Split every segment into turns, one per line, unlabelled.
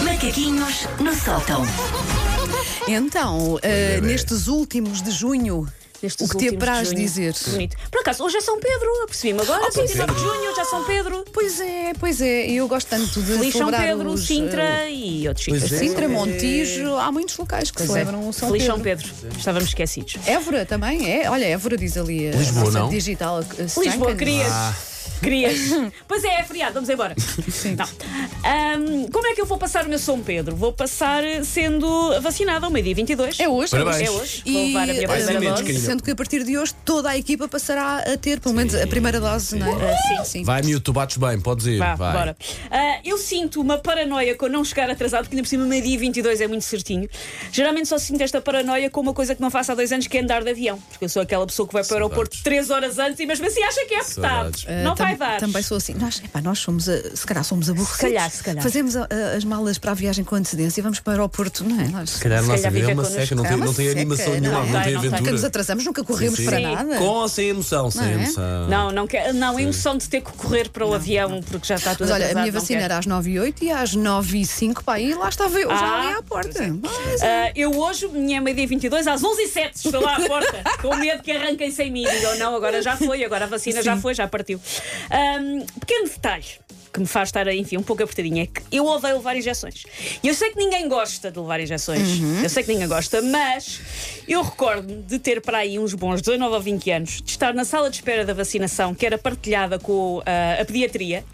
Macaquinhos no sótão.
Então, eh, nestes últimos de junho,
nestes
o que te
últimos
apraz
de junho.
dizer?
Bonito. Por acaso, hoje é São Pedro, apercebi-me agora.
Oh, pois
29 de junho, já São Pedro.
Pois é, pois é, eu gosto tanto de
Feliz São
celebrar
Pedro,
os,
Sintra e outros
Pois
sítios.
eh,
é.
Sintra, Montijo, há muitos locais que
Pois é.
celebram o São
Feliz
Pedro.
São Pedro. Estávamos esquecidos.
Évora também, é? Olha, Évora diz ali a
Lisboa,
nossa
não?
digital. eh,
Lisboa,
Stanken.
querias.
Ah.
Querias. pois é, é feriado, vamos embora. Não. Ahm, como é que eu vou passar o meu São Pedro? Vou passar sendo vacinada ao meio-dia 22.
É hoje,
Parabéns.
É hoje. Vou
E,
levar a minha
eh,
primeira
menos,
dose.
querida.
sendo que a partir de hoje toda a equipa passará a ter pelo menos a primeira dose, não é?
Ah, sim.
Vai, Miúdo, tu bates bem, podes ir.
Vá,
vai.
bora. Ah, eu sinto uma paranoia com não chegar atrasado, porque ainda por cima meio-dia e 22 é muito certinho. Geralmente só sinto esta paranoia com uma coisa que não faço há dois anos, que é andar de avião. Porque eu sou aquela pessoa que vai para o aeroporto três horas antes e mesmo assim acha que é apertado.
Saudades.
Não
Ah, Eh, Tam-
vai dar.
Também sou assim. Nós, epá, nós somos, a- se calhar, somos aborrecidos.
calhar, se calhar.
Fazemos a- a- as malas para a viagem com antecedência e vamos para o aeroporto, não é? Nós-
Se calhar a nossa
calhar
vida é
fica
uma
connosco.
seca, não
É
tem,
uma
não tem
seca,
animação nenhuma,
não
não,
tem, não
tem
tem.
aventura.
Nunca nos atrasamos, nunca corremos
Sim, sim.
para
Sim.
nada.
Com ou sem emoção? Sem
é?
emoção.
Não, não, quer, não, a emoção de ter que correr para o avião porque já está tudo
Mas olha, a
atrasado,
minha
não
vacina
quero.
era às 9 e 8 e às 9 e 5, pá, e lá estava eu, já
Ah,
ali à porta. Mas,
Ah, eu hoje, minha meia-dia e 22, às 11h07, estou lá à porta, com medo que arranquem sem mim. Digam, não, agora já foi, agora a vacina já foi, já partiu. Ahm, pequeno detalhe que me faz estar, enfim, um pouco apertadinha é que eu odeio levar injeções. E eu sei que ninguém gosta de levar injeções,
Uhum.
eu sei que ninguém gosta, mas eu recordo-me de ter para aí uns bons 19 ou 20 anos, de estar na sala de espera da vacinação, que era partilhada com ah, a pediatria,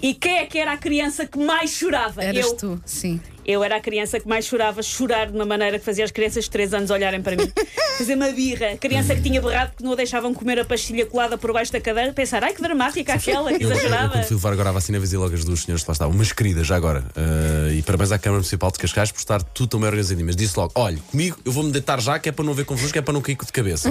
e quem é que era a criança que mais chorava?
eras
Ah, eu.
tu, sim.
Eu era a criança que mais chorava, chorar de uma maneira que fazia as crianças de 3 anos olharem para mim. Fazer uma birra. Criança que tinha berrado porque não a deixavam comer a pastilha colada por baixo da cadeira, pensar, ai que dramática aquela, que
Eu, eu, eu
exagerada.
quando fui levar agora a vacina, visei logo as duas senhoras que lá estavam. Mas querida, já agora. eh, e parabéns à Câmara Municipal de Cascais por estar tudo tão bem organizadinho. Mas disse logo: olha, comigo eu vou-me deitar já, que é para não haver confusões, que é para não cair de cabeça.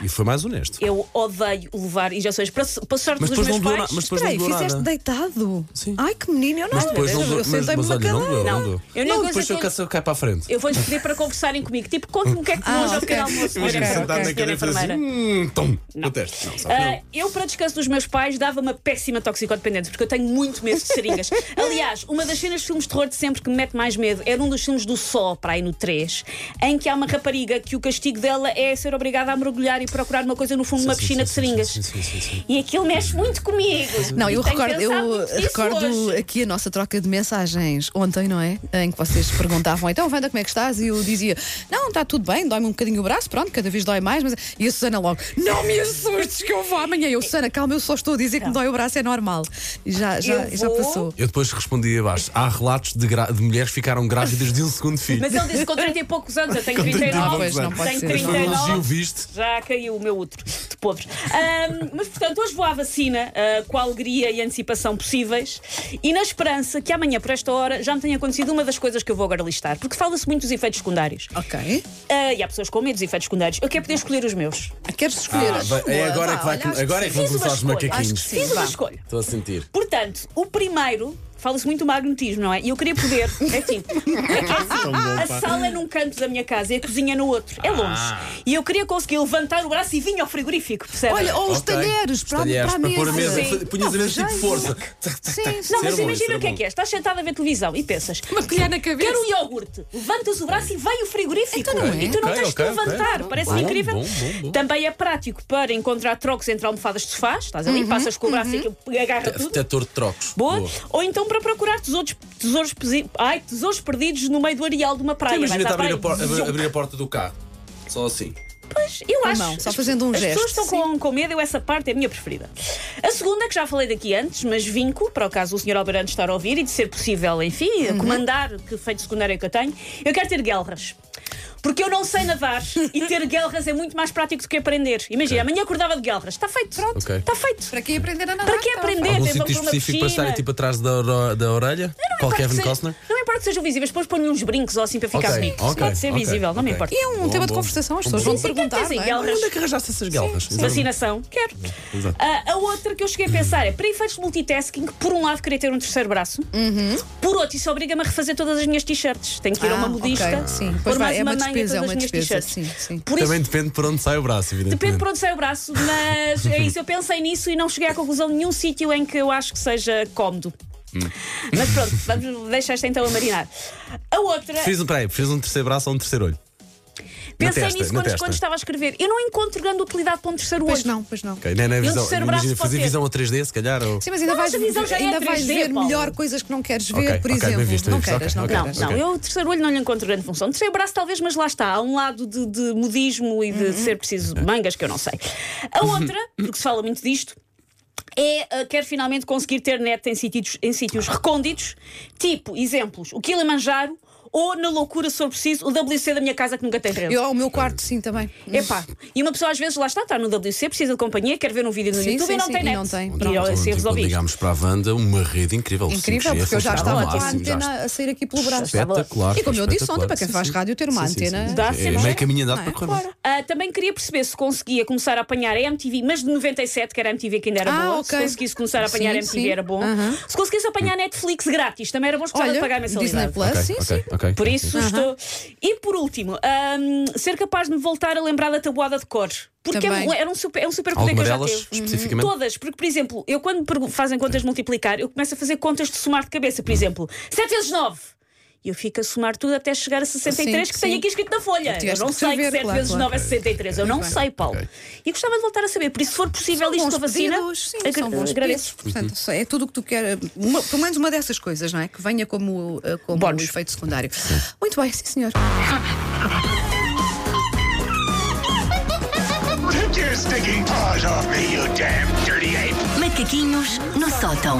e foi mais honesto.
Eu odeio levar injeções. Para, para sorte
Mas
dos
depois
meus
não doeu
pais.
na- mas depois
Espera aí,
não doeu
fizeste
nada.
deitado?
Sim.
Ai, que menino, eu não
Mas depois
eu,
não doeu.
eu
Mas,
sentei-me
mas
na
olha, não
cadeira.
doeu, não
Não,
doeu.
eu nem
Não,
coisa
depois eu
que-
caço- cai para a frente.
Eu vou-lhes pedir para conversarem comigo. Tipo, conte-me o que é que
Ah,
comeu hoje ao
ok.
pequeno almoço.
Imagina
senhora-
sentar na
senhora
cadeira e fazer
enfermeira.
assim, hum, tom, não. teste. Não, sabe?
Ah, eu, para descanso dos meus pais, dava uma péssima toxicodependência, porque eu tenho muito medo de seringas. Aliás, uma das cenas de filmes de terror de sempre que me mete mais medo era um dos filmes do Só, para aí no 3, em que há uma rapariga que o castigo dela é ser obrigada a mergulhar e procurar uma coisa no fundo de uma
sim,
piscina de
sim, sim,
seringas.
sim, sim, sim, sim.
E aquilo mexe muito comigo.
Não, eu
Tenho
recordo,
pensado
eu
muito nisso
recordo
hoje.
aqui a nossa troca de mensagens ontem, não é? Em que vocês perguntavam, então, Wanda, como é que estás? E eu dizia, não, está tudo bem, dói-me um bocadinho o braço, pronto, cada vez dói mais. Mas... E a Susana logo, não me assustes que eu vou amanhã. E Eu, Susana, calma, eu só estou a dizer que me dói o braço, é normal. E já, já,
Eu
já
vou-
passou.
Eu depois respondi abaixo. Há relatos de, gra- de mulheres que ficaram grávidas de um segundo filho.
Mas ele disse com 30 e poucos anos, eu tenho
Com 30 e
39.
poucos
anos.
tenho
Mas foi um
Foi um
39.
elogio, viste?
Já caiu o meu outro de podre. Ahm, mas, portanto, hoje vou à vacina ah, com a alegria e antecipação possíveis e na esperança que amanhã, por esta hora, já me tenha acontecido uma das coisas que eu vou agora listar, porque fala-se muito dos efeitos secundários.
Ok.
Ah, e há pessoas com medo dos efeitos secundários. Eu quero poder escolher os meus.
Queres escolher?
Ah, vai- é
Boa,
agora
vá,
que vai
olha,
com-
acho que
agora é que
sim.
vão
Fiz uma
começar os
escolha.
macaquinhos.
Acho que sim.
Fiz
vá.
uma escolha.
Estou a sentir.
Portanto, o primeiro, fala-se muito do magnetismo, não é? E eu queria poder, é assim, é que é assim, a sala é num canto da minha casa e a cozinha é no outro, é longe. E eu queria conseguir levantar o braço e vir ao frigorífico, percebes?
Olha, ou os
Ok.
talheres, para,
Talheres,
para a mesa.
pôr a mesa.
Sim.
fa- Punhas a mesa tipo força.
Sim, sim.
Não, mas
Ser bom,
imagina
ser
o que é
bom.
que é. Estás sentado a ver televisão e pensas.
Uma colher na cabeça.
Quero um iogurte. Levantas o braço e vem o frigorífico.
Então não é.
E tu não
Ok,
tens de
ok, ok.
levantar.
Bom,
Parece
bom,
incrível.
bom, bom, bom.
Também é prático para encontrar trocos entre almofadas de sofá. Estás ali, passas com o braço e aquilo agarra tudo.
Detetor de trocos.
Boa. Ou então para procurar tesouros, tesouros, pesi- ai, tesouros perdidos no meio do areal de uma praia.
Imagina-te
Vais à
abrir a,
praia.
por- ab- abrir a porta do carro. Só assim.
Pois, eu acho.
mão, só fazendo um
as
gesto,
pessoas estão com, com medo, eu essa parte é a minha preferida. A segunda, que já falei daqui antes, mas vinco, para o caso o Sr. Alberante estar a ouvir e de ser possível, enfim, comandar que feito secundário que eu tenho, eu quero ter guelras. Porque eu não sei nadar e ter guelras é muito mais prático do que aprender. Imagina, amanhã acordava de guelras. Está feito, pronto.
Ok.
Está feito.
Para que aprender a nadar?
Para que
então?
aprender?
Algum
Vão
sítio
para uma
específico para estar
piscina.
é tipo atrás da, oro- da orelha? Qual
Importa que
Kevin
seja-
Costner?
Não importa que sejam visíveis, depois ponho uns brincos ou assim para ficar
Ok,
bonito.
ok,
Pode ser
ok,
visível, não me
ok.
importa.
E é um
Bom,
tema de
bom.
conversação, as pessoas
Bom,
vão
bom.
perguntar.
Sim, sim,
não é?
quer dizer,
Onde é que arrajaste essas galras?
Vacinação, quero.
Exato.
Ah, a outra que eu cheguei a pensar é para efeitos de multitasking, por um lado queria ter um terceiro braço, por outro, isso obriga-me a refazer todas as minhas t-shirts. Tenho que ir a uma
Uhum. Ah,
modista,
ok, sim.
pôr
Pois vai,
mais
é
uma
uma
manga em
despesa, é
todas
uma
as minhas
despesa,
t-shirts.
sim, sim.
Por isso,
Também depende por onde sai o braço,
depende
evidentemente.
para onde sai o braço, mas é isso. Eu pensei nisso e não cheguei à conclusão de nenhum sítio em que eu acho que seja cómodo.
Hum.
Mas pronto, vamos deixar esta então a marinar. A outra.
Fiz um, peraí, fiz um terceiro braço ou um terceiro olho.
Pensei
testa,
nisso
na
quando,
testa.
quando estava a escrever. Eu não encontro grande utilidade para um terceiro
Pois
olho.
não, pois não.
Ok, não é na visão.
terceiro braço
Imagina
pode
fazer
ter.
visão a 3D, se calhar. Ou...
Sim, mas ainda
Não,
vais,
mas a visão já é
ainda vais
3D,
ver
Paulo.
melhor coisas que não queres ver,
Ok,
por
ok, bem
exemplo.
visto, bem
não
visto,
queiras,
ok,
não
ok.
Não,
queiras.
não,
ok.
eu o terceiro olho não lhe encontro grande função. O terceiro braço talvez, mas lá está. Há um lado de, de modismo e
Uhum.
de ser preciso mangas que eu não sei. A outra, porque se fala muito disto, é uh, quer finalmente conseguir ter net em sítios, em sítios recônditos, tipo, exemplos, o Kilimanjaro ou, na loucura, se for preciso, o WC da minha casa que nunca tem rede.
Eu ao meu quarto, sim, também.
Epá, e uma pessoa às vezes lá está, está no WC, precisa de companhia, quer ver um vídeo no
Sim,
YouTube
sim,
e não
sim,
tem
e
net.
não tipo, tem.
E é
Pronto.
olha, se
Ontem, quando
resolve isto.
ligámos para a Wanda, uma rede incrível. O
é Incrível,
5G
porque eu já
funciona ao
estava com a
máximo, já está-
antena a sair aqui pelo braço.
Espetacular.
Espetacular.
E como eu disse ontem, para quem
Sim,
faz
sim.
rádio, ter uma
Sim, sim,
antena-
sim.
Dá
É
sempre, não é?
meio caminho andado
Não é?
para correr. não é?
Ah, também queria perceber se conseguia começar a apanhar a MTV, mas de 97, que era a MTV que ainda era
Ah,
boa.
ok.
Se conseguisse começar a apanhar
Sim,
a MTV
sim.
era bom.
Aham.
Se conseguisse apanhar Netflix grátis, também era bom, escusava de pagar a
Olha, Disney
mensalidade.
Plus,
Ok,
Ah, sim,
ok,
sim.
ok.
Por isso estou. E por último, ahm, ser capaz de me voltar a lembrar da tabuada de cores. Porque é
Também.
um- era um super, é um super poder que
Alguma
eu já
delas,
tive. Uhum.
especificamente?
Todas, porque, por exemplo, eu quando me pergun- fazem contas de multiplicar, eu começo a fazer contas de somar de cabeça,
Hum.
por exemplo, 7 vezes 9. E eu fico a somar tudo até chegar a 63,
Sim,
que tenho
sim.
aqui escrito na folha. Eu
Tiveste
não
que
sei que
escrever,
7
claro,
vezes
claro.
9 é 63. Eu não sei, Paulo.
ok.
E gostava de voltar a saber. Por isso, se for possível
São
isto
bons
da vacina,
pedidos, sim,
agra-
são bons
agradeço.
pedidos. Portanto, só- é tudo o que tu queres, uma- pelo menos uma dessas coisas, não é? Que venha como, eh, como
Bónus.
efeito secundário. Muito bem, sim, senhor.
Take your stinking paws off me, you damn dirty ape!
Macaquinhos no sótão.